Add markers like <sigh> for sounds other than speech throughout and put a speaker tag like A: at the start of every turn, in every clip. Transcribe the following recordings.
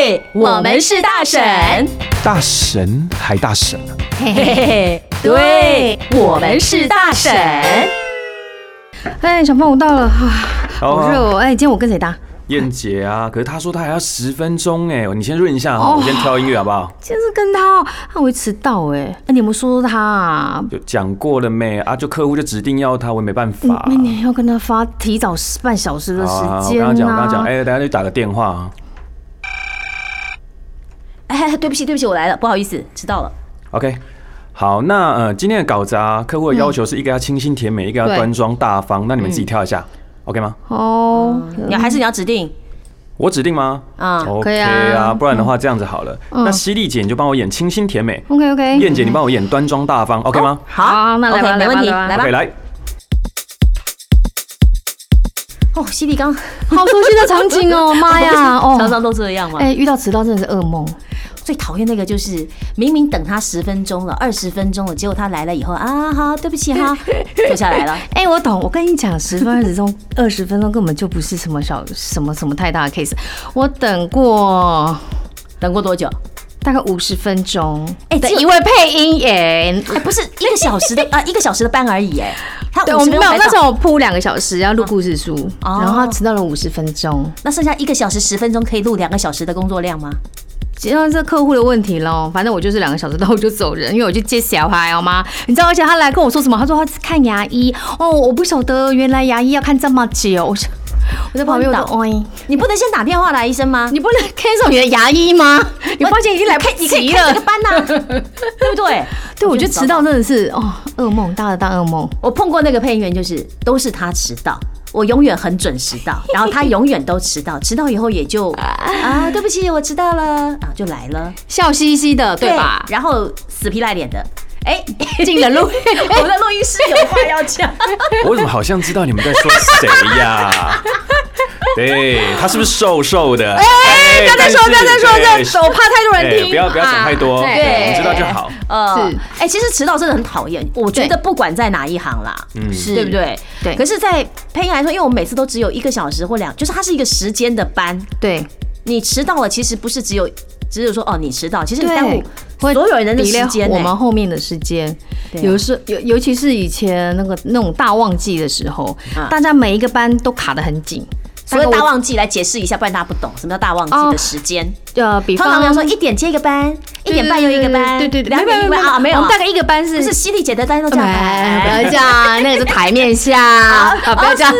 A: 嘿，我们是大婶，
B: 大神还大神啊！
A: 嘿嘿嘿，对，我们是大婶。
C: 哎，小胖，我到了，啊
B: 好
C: 好热哦！哎，今天我跟谁搭？
B: 燕姐啊，可是她说她还要十分钟哎，你先润一下哈，我先挑音乐好不好？
C: 今天是跟他哦，他会迟到哎。哎，你有没有说他啊？
B: 就讲过了没啊？就客户就指定要她，我也没办法。
C: 那你要跟他发提早半小时的
B: 好啊
C: 时
B: 我跟她
C: 间
B: 讲，我跟她讲，
C: 啊！
B: 哎，等下去打个电话。啊
A: 哎，对不起，对不起，我来了，不好意思，迟到了。
B: OK，好，那呃，今天的稿子啊，客户的要求是一个要清新甜美，一个要
C: 嗯对嗯
B: 端庄大方，那你们自己挑一下，OK 吗？
C: 哦，
B: 嗯
A: 你还是你要指定
B: 我指定吗？
A: 啊？
C: 可以
B: OK
C: 啊嗯
B: 啊，不然的话这样子好了，那犀利姐你就帮我演清新甜美，
C: OK OK，
B: 燕姐你帮我演端庄大方，OK 吗
A: 好，
C: 那来吧
A: OK，
C: 来吧
A: 没问题，
C: 来吧
A: 来吧
B: ？OK，。来，
A: 哦，犀利刚，
C: 好熟悉的场
B: <laughs>
C: 景哦，妈
A: <laughs>
C: 呀！
A: 常
C: 哦，
A: 常都这样嘛。
C: 哎，遇到迟到真的是噩梦。
A: 最讨厌那个就是明明等他十分钟了、二十分钟了，结果他来了以后啊，好，对不起 <laughs> 哈，坐下来了。
C: 哎、我懂，我跟你讲，十分二十钟、二十分钟根本就不是什么小什么什么太大的 case。我等过
A: 等过多久？
C: 大概五十分钟，
A: 哎
C: 的
A: 这
C: 一位配音员。
A: 哎，不是一个小 <laughs> 时的啊，一个小时的班而已哎。他
C: 对，
A: 五
C: 我
A: 十
C: 没
A: 分
C: 有，
A: 钟才
C: 那时
A: 到，
C: 候我铺两个小时要录故事书，
A: 哦
C: 然后他迟到了五十分钟，
A: 那剩下一个小时十分钟可以录两个小时的工作量吗？
C: 结果这客户的问题喽。反正我就是两个小时到我就走人，因为我去接小孩，好吗？你知道，而且他来跟我说什么？他说他看牙医，哦，我不晓得原来牙医要看这么久。 <laughs> 我想我在旁边我
A: 昏
C: 说，哎，
A: 你不能先打电话来医生吗？
C: 你不能 cancel 你的牙医 <laughs> 吗？你发现已经来不
A: 你可以
C: 及
A: 开这
C: 了
A: 个。班呐、 <laughs> 对不对？
C: 对，我觉得迟
A: 糟糕
C: 到真的是哦，噩梦，大的大噩梦。
A: 我碰过那个配音员，就是都是他迟到，我永远很准时到，然后他永远都迟到，迟到以后也
C: <laughs>
A: 就啊，对不起，我迟到了啊，就来了，
C: 笑嘻嘻的，对吧？
A: 然后死皮赖脸
C: <laughs>
A: 的，哎、
C: 进了录，
A: 我的录音师有话要
C: <laughs>
A: 讲，
B: <laughs> 我怎么好像知道你们在说谁
C: <laughs>
B: 呀？对他是不是瘦瘦的？哎，
C: 不要再说，不要再说，
B: 但是
C: 这我怕太多人
B: 哎
C: 听。
B: 不要不要讲太多，
C: 啊
B: 对我们知道就
C: <laughs>
B: 好。
A: 呃
C: 是，
A: 哎、其实迟到真的很讨厌，我觉得不管在哪一行啦，
B: 嗯
C: 是
A: 对不？对？
C: 对
A: 可是，在配音来说，因为我们每次都只有一个小时或两，就是它是一个时间的班，
C: <laughs> 对，
A: 你迟到了，其实不是只有只有说哦你迟到，其实你
C: 对
A: 耽误所
C: 会
A: 有人的时
C: delay
A: 间、欸。
C: 我们后面的时间，
A: 对啊
C: 有时尤尤其是以前那个那种大旺季的时候
A: 啊，
C: 大家每一个班都卡得很紧。
A: 所以
C: 大概
A: 大
C: 我
A: 旺季来解释一下，不然大家不懂什么叫大旺季的时间。
C: 呃，比
A: 通常
C: 方
A: 要说一点接一个班，一点半又一个班，
C: 对对对，
A: 两点一个班啊，没有
C: 我
A: 啊
C: 们，大概一个班
A: 不
C: 是
A: 是犀利姐的单都这样
C: 哎，不
A: 班。
C: 要这样，那个是台面下啊，不要这样，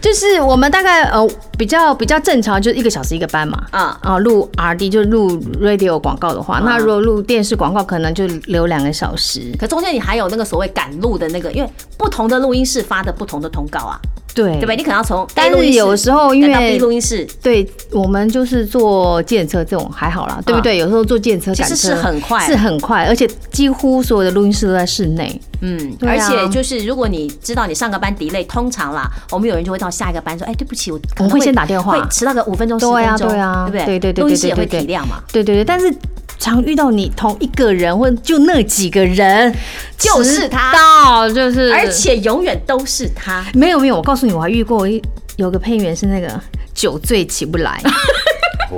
C: 就是我们大概呃比较比较正常，就是一个小时一个班嘛。
A: 啊
C: 啊，录 R D 就录 radio 广告的话，那如果录电视广告，可能就留两个小时。
A: 可中间你还有那个所谓赶路的那个，因为不同的录音室发的不同的通告啊，
C: 对，
A: 对不对？你可能要从 A
C: 嗯但
A: 录
C: 是
A: 音室
C: 有时候因
A: 等到 B
C: 为
A: 录音室，
C: 对我们就是坐电车这种还好啦，对不对？有时候坐电车、
A: 其
C: 赶
A: 实
C: 车
A: 是很快
C: 啊是很快，而且几乎所有的录音室都在室内。
A: 嗯，
C: 对
A: 而
C: 啊
A: 且就是如果你知道你上个班 delay，通常啦，我们有人就会到下一个班说，哎，对不起，我可
C: 我
A: 能
C: 们会先打电话
A: 会迟到个五分钟、十
C: 对
A: 分
C: 啊
A: 钟，
C: 对啊
A: 对不对？
C: 对对对对
A: 录音室也会
C: 对
A: 体
C: 对
A: 谅嘛。
C: 对对对，但是常遇到你同一个人或就那几个人，
A: 就是他
C: 迟到就是，
A: 而且永远都是他，
C: 没有没有，我告诉你，我还遇过一有个配音员是那个酒醉起不 <laughs> 来，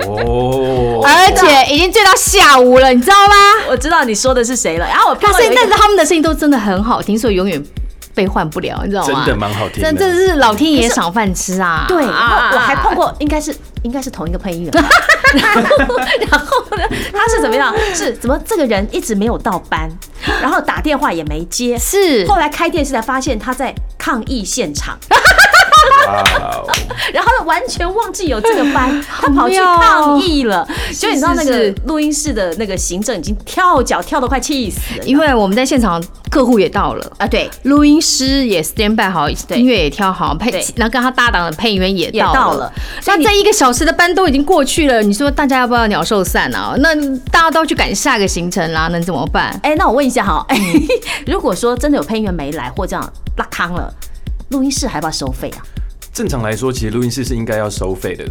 B: 哦，
C: 而且已经醉到下午了，你知道吗？
A: 我知道你说的是谁了。然后我
C: 但
A: 到
C: 是
A: 有一个啊
C: 但是他们的声音都真的很好听，所以永远被换不了，你知道
B: 真
C: 吗？
B: 的蛮好听的。
C: 真真是老天爷赏饭吃啊！
A: 对，然
C: 啊
A: 后我还碰过，应该是应该是同一个配音员 <laughs> 吧。然后然后呢，他是怎么样？是怎么这个人一直没有到班，然后打电话也没接，
C: 是
A: 后来开电视才发现他在抗议现场，
B: 哇哦
A: 然后完全忘记有这个 <laughs> 班，他跑去
C: 妙哦
A: 抗议了。所以你知道那
C: 是
A: 个
C: 是
A: 录音室的那个行政已经跳脚跳得快气死了
C: 因为我们在现场，客户也到了。
A: 啊，对，
C: 录音师也 stand by 好，音乐也挑好，配
A: 对
C: 然后跟他搭档的配音员也
A: 也
C: 到
A: 到了
C: 了。
A: 所以
C: 那
A: 你
C: 这一个小时的班都已经过去了，你说大家要不要鸟兽散啊？那大家都要去赶下个行程啦，能怎么办？
A: 哎、那我问一下哈，哎、
B: 嗯
A: <laughs> 如果说真的有配音员没来或这样拉康了，录音室还要不要收费啊？
B: 正常来说，其实录音室是应该要收费的，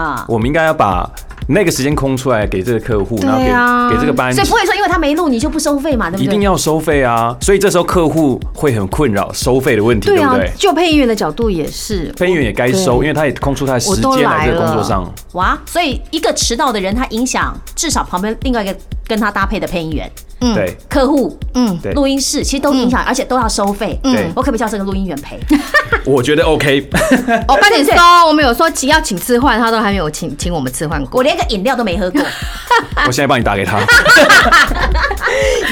A: 啊，
B: 我们应该要把那个时间空出来给这个客户，然后
C: 对啊
B: 给给这个班级
A: 所以不。会说因为他没录你就不收费嘛，对不
B: 一
A: 对？
B: 定要收费啊，所以这时候客户会很困扰收费的问题，对
C: 对啊
B: 不对，？
C: 就配音员的角度也是，
B: 飞员也该收，
C: 对
B: 因为他也空出他的时
C: 我都
B: 间
C: 来
B: 来这个工作
C: 了
B: 上。
A: 哇，所以一个迟到的人，他影响至少旁边另外一个跟他搭配的配音员、
C: 嗯
B: 对，
A: 客户、
C: 嗯，
B: 对嗯
A: 录音室，其实都影响，而且都要收费。
B: 对
A: 我可不可以叫这个录音员赔？
B: 我觉得 OK， <laughs>
C: 我八哦点收，我们有说请要请置换，他都还没有请请我们置换
A: <laughs>
C: 过
A: 我。连个饮料都没
B: <laughs>
A: 喝过，
B: 我现在帮你打给
C: <laughs>
B: 他。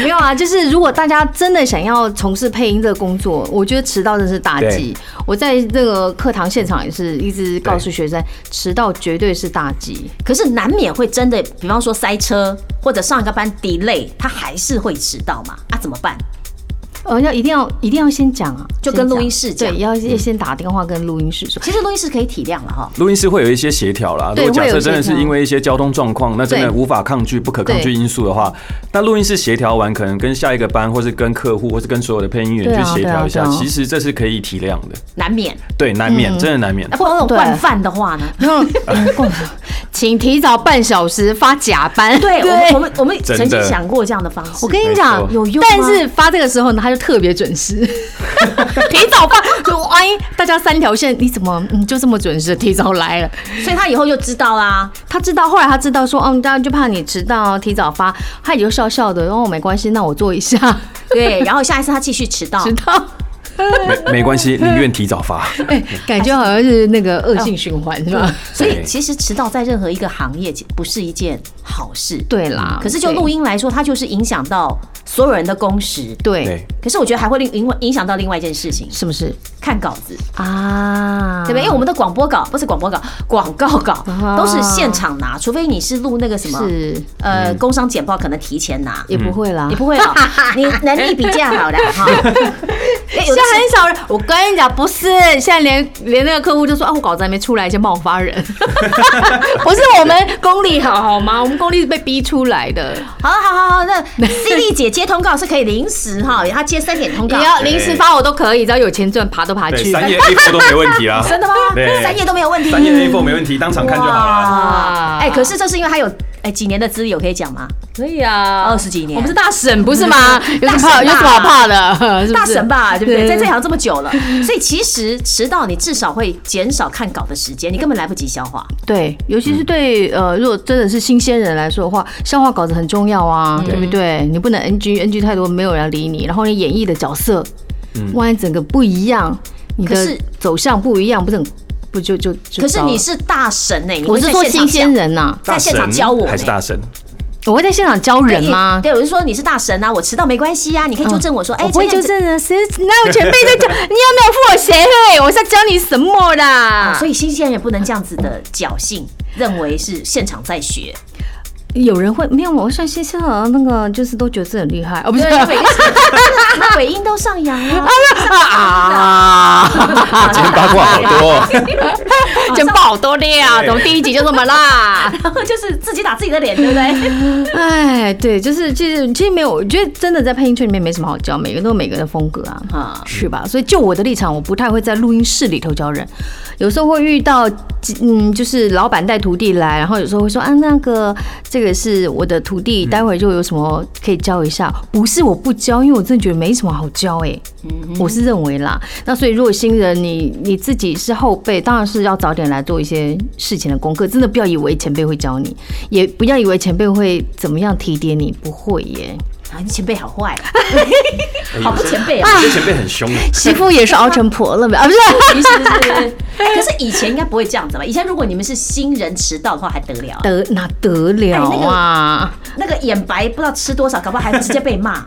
C: 没有啊，就是如果大家真的想要从事配音这个工作，我觉得迟到真是大忌。我在这个课堂现场也是一直告诉学生，迟到绝对是大忌。
A: 可是难免会真的，比方说塞车或者上一个班 delay，他还是会迟到嘛？啊，怎么办？
C: 呃，要一定要一定要先讲啊，
A: 就跟
C: 先讲嗯
A: 录音室讲
C: 对，要要先打电话跟录音室说。
A: 其实录音室可以体谅了哈。
B: 录音师会有一些协调啦。如
C: 对
B: 果假
C: 会有
B: 设真的
C: 协
B: 是
C: 调
B: 因为一些交通状况，那真的
C: 对
B: 无法抗拒、不可抗拒
C: 对
B: 因素的话，那录音师协调完，可能跟下一个班，或是跟客户，或是跟所有的配音员
C: 对啊
B: 去协调一下，
C: 对啊嗯对啊
B: 其实这是可以体谅的。
A: 难免。
B: 对，难免，真的难
C: <laughs>
B: 免
A: 那。碰到那种
C: 对
A: 惯犯的
C: <laughs>
A: 话呢？
C: 然后，嗯过请提早半小时发假班。
A: 对，我们我们我们
B: 真的
A: 曾经想过这样的方式。
C: 我跟你
B: 没
C: 讲
B: 错
A: 有用吗
C: 但是发这个时候呢，他就特别准时， <laughs> 提早发。就哎，大家三条线，你怎么嗯就这么准时提早来了？
A: 所以他以后就知道
C: <laughs>
A: 啦。
C: 他知道，后来他知道说，嗯，大家就怕你迟到，提早发，他也就笑笑的，然、后没关系，那我做一 <laughs> 下，
A: 对，然后下一次他继续迟到
C: 迟，到。
B: 没没关系，
C: 嗯
B: 宁愿提早发。
C: 哎、感觉好像是那个恶性循环，是吧？
A: 所以
B: 对
A: 其实迟到在任何一个行业不是一件好事。，
C: 对啦。
A: 可是就录音来说，它就是影响到所有人的工时。
C: 对，对
B: 对，
A: 可是我觉得还会另影影响到另外一件事情，
C: 是不是
A: 看稿子，
C: 啊？
A: 对不对？因为我们的广播稿不是广播稿，广告稿
C: 啊
A: 都是现场拿，除非你是录那个什么
C: 是
A: 呃工商简报，可能提前拿。
C: 也不会啦，
A: <laughs> 你不会哦，你能力比较好的
C: <laughs>
A: 哈。
C: 现在很少人，我跟你讲，不是现在连连那个客户就说啊，我稿子还没出来，先帮我发 <laughs> 人，不是我们功力好好吗？我们功力是被逼出来的，
A: 好好好好，那 C D 姐接通告是可以临时哈，她接三点通
C: 你
A: 告。
C: 要临时发我都可以，只要有钱赚，爬都爬
B: 对，
C: 去。
B: 三页 A4 都没问题
C: <laughs>
B: 啦。
A: 真的吗？
B: 对
A: 三页都没有问题。
B: 三页 A4 没问题，当场看就好了。
A: 哇
C: 哇
A: 哎，可是这是因为她有哎几年的资历，我可以讲吗？
C: 可以啊，
A: 二十几年
C: 我们是大婶不是吗？有什么
A: 大婶吧
C: 怕有什么好怕的？ <laughs> 是不是
A: 大神吧，对不对？
C: 对
A: 在这行这么久了，所以其实迟到你至少会减少看稿的时间，你根本来不及消化。
C: 对，尤其是对呃，如果真的是新鲜人来说的话，消化稿子很重要啊，
A: 嗯
C: 对不对？你不能 NG NG 太多，没有人理你，然后你演绎的角色，万一整个不一样，你
A: 可
C: 的
A: 是
C: 走向不一样，不是很不就就就
A: 可是
C: 糟了
A: 你是大神呢，你
C: 我
A: 会
C: 是
A: 在
C: 说
A: 现场
C: 新
A: 讲。
C: 鲜人呐、
A: 在现场
B: 大神
A: 教我
B: 还是
A: 呢
B: 大神？
C: 我会在现场教人吗？
A: 哎
C: 哦
A: 对，我就说你是大神啊，我迟到没关系啊，你可以纠正我说，哎，
C: 我不会
A: 这
C: 纠
A: 样子
C: 正人，谁哪有前辈在教？你有没 <laughs> 有付我学费？我是要教你什么
B: 啊
C: 啦？
A: 哦所以新鲜人不能这样子的侥幸，认为是现场在
B: <laughs>
A: 学。
C: 有人会没有？我算新鲜人，啊那个就是都觉得自己很厉害哦，不是
A: 对，啊每个那尾音都上扬啊了。
C: 啊，
B: 今天八卦好多
C: <laughs>
B: 哦。
C: 真爆多料，
B: 对
C: 从第一集就这么辣。
A: 然后 <laughs> 就是自己打自己的脸，对不
B: <laughs>
A: 对？
C: <laughs> 哎，对，就是其实其实没有，我觉得真的在配音圈里面没什么好教，每个人都有每个人的风格啊。
A: 啊，
C: 是吧？所以就我的立场，我不太会在录音室里头教人，有时候会遇到，嗯，就是老板带徒弟来，然后有时候会说啊，那个这个是我的徒弟，待会就有什么可以教一下。不是我不教，因为我真的觉得没什么好教哎、我是认为啦。那所以如果新人你你自己是后辈，当然是要早点来做一些事情的功课，真的不要以为前辈会教你，也不要以为前辈会怎么样提点你，不会耶。
A: 啊，你前辈好坏，
B: 哎
A: 好不前辈啊！
B: 有些前辈很凶，
C: 媳妇也是熬成婆了呗，啊不是。
A: 是
B: 哎
A: 是是， <laughs> 可是以前应该不会这样子吧？以前如果你们是新人迟到的话，还得了啊？
C: 得哪得了啊？
A: 那个眼白不知道吃多少，搞不好还直接被
B: <laughs>
A: 骂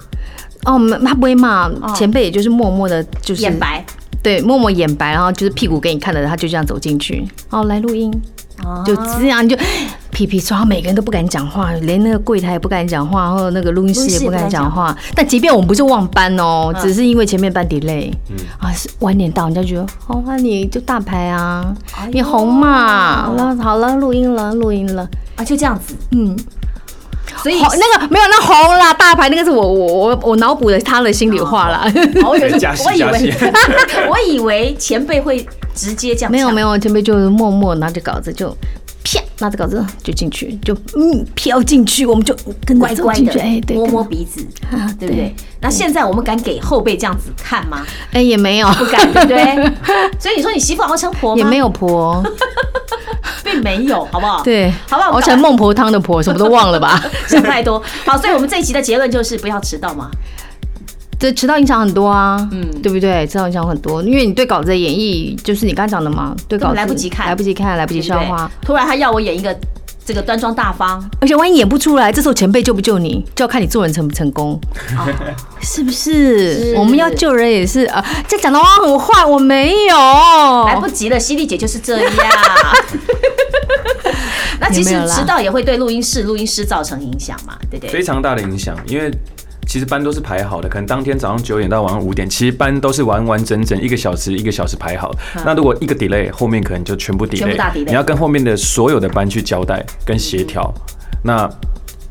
C: 哦，没他不会骂前辈，也就是默默的，就是
A: 眼，白。
C: 对，默默眼白，然后就是屁股给你看的，他就这样走进去，哦，来录音，
A: 哦
C: 就这样你就皮皮抓，每个人都不敢讲话，连那个柜台也不敢讲话，或者那个录音
A: 录
C: 师
A: 音
C: 也
A: 室
C: 不
A: 也
C: 敢
A: 不敢讲
C: 讲话。但即便我们不是忘班哦，只是因为前面班 delay，啊，是晚点到，人家觉得哦，那你就大牌啊
A: 哎呦，
C: 你红嘛，好了好了，录音了，录音了。
A: 啊，就这样子。
C: 嗯，
A: 所以
C: 红那个没有，那红啦，大牌那个是我我我我脑补的他的心里话啦。
A: 哦好我以为
B: <laughs> 加戏
A: 我以
B: 加戏
A: 为 <laughs> 我以为前辈会直接这样，
C: <laughs> 没有没
A: 有，
C: 有，前辈就默默拿着稿子就啪拉着稿子就进去，就嗯飘进去，我们就跟着
A: 乖
C: 走
A: 乖
C: 进去哎，
A: 的
C: 对，
A: 摸
C: 跟
A: 摸鼻子，
C: <laughs> 啊
A: 对不
C: 对
A: 对？那现在我们敢给后辈这样子看吗？ <laughs>
C: 哎也没有，
A: 不敢，对不
C: <laughs>
A: 对？所以你说你媳妇熬成婆吗？
C: 也没，
A: <laughs>
C: 有婆，
A: 并没有，好不好？
C: 对，
A: 好不好？
C: 熬成孟婆汤的婆，什么都忘
A: <laughs>
C: 了吧？
A: 想太多。好，所以我们这一集的结论就是不要迟到嘛。
C: 这迟到影响很多啊，
A: 嗯
C: 嗯，对不对？迟到影响很多，因为你对稿子的演绎，就是你刚才讲的嘛，对稿子
A: 来不及看
C: 来不及看，来不及
A: 对
C: 消
A: 不对
C: 化，？
A: 突然他要我演一个这个端庄大方，
C: 而且万一演不出来，这时候前辈救不救你，就要看你做人成不成功，
A: 哦
C: 是不是
A: 是
C: 我们要救人也是啊，这讲的话很坏，我没有，哦
A: 来不及了，犀利姐就是这
C: <laughs>
A: 样。那其实
C: 也没有啦
A: 迟到也会对录音室、录音师造成影响嘛，对不对？
B: 非常大的影响，因为。其实班都是排好的，可能当天早上九点到晚上五点，其实班都是完完整整一个小时一个小时排好。那如果一个 delay，后面可能就全部 delay，,
A: 嗯全部大 delay
B: 你要跟后面的所有的班去交代跟协调，那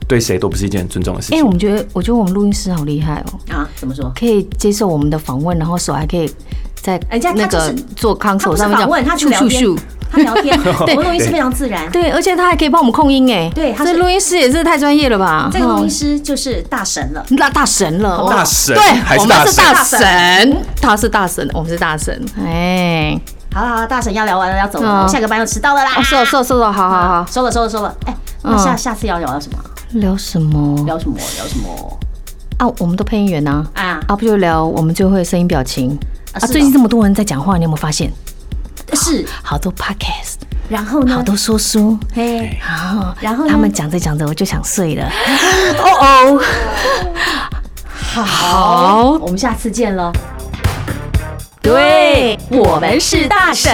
B: 对谁都不是一件很尊重的事
C: 哎、
B: 情。
C: 我们觉得，我觉得我们录音师好厉害哦，
A: 啊，怎么说？
C: 可以接受我们的访问，然后手还可以在
A: 人家他
C: 那
A: 就是
C: 个做 console
A: 不是
C: 上面
A: 访问，他是
C: 咻
A: 聊
C: 咻
A: 天
C: 咻，，
A: 他聊
C: <laughs>
A: 天，我们录音师
B: 对
A: 非常自然。
C: 对，而且他还可以帮我们控音哎，
A: 对他
C: 这
A: 是
C: 录音师也是太专业了吧？
A: 这个录音
C: 哦
A: 师就是大神了。
C: 大大神了，
B: 大
C: 哇
B: 神还
C: 对，
B: 是
C: 我们
B: 大
C: 是
B: 神
C: 大神，他是大神，我们是大神，哎，
A: 好了好了，大神要聊完了，要走了，
C: 嗯
A: 我下个班又迟到了啦。
C: 哦，收了收了收了，好好好，嗯
A: 收了收了收了。哎，那下下次要聊什么？
C: 聊什么
A: 聊什么？聊什么？
C: 啊？我们都配音员呐，
A: 啊，
C: 啊，不就聊我们就会声音表情
A: 啊
C: 啊？
A: 是哦
C: 最近这么多人在讲话，你有没有发现？
A: 是。
C: 好多 podcast，
A: 然后
C: 好
A: 呢？
C: 多说书，
A: 嘿，
C: 啊，
A: 然后呢
C: 他们讲着讲着我就想睡了。 <laughs> 哦哦，好，
A: 我们下次见了。
C: 对，
A: 我们是大
C: 神。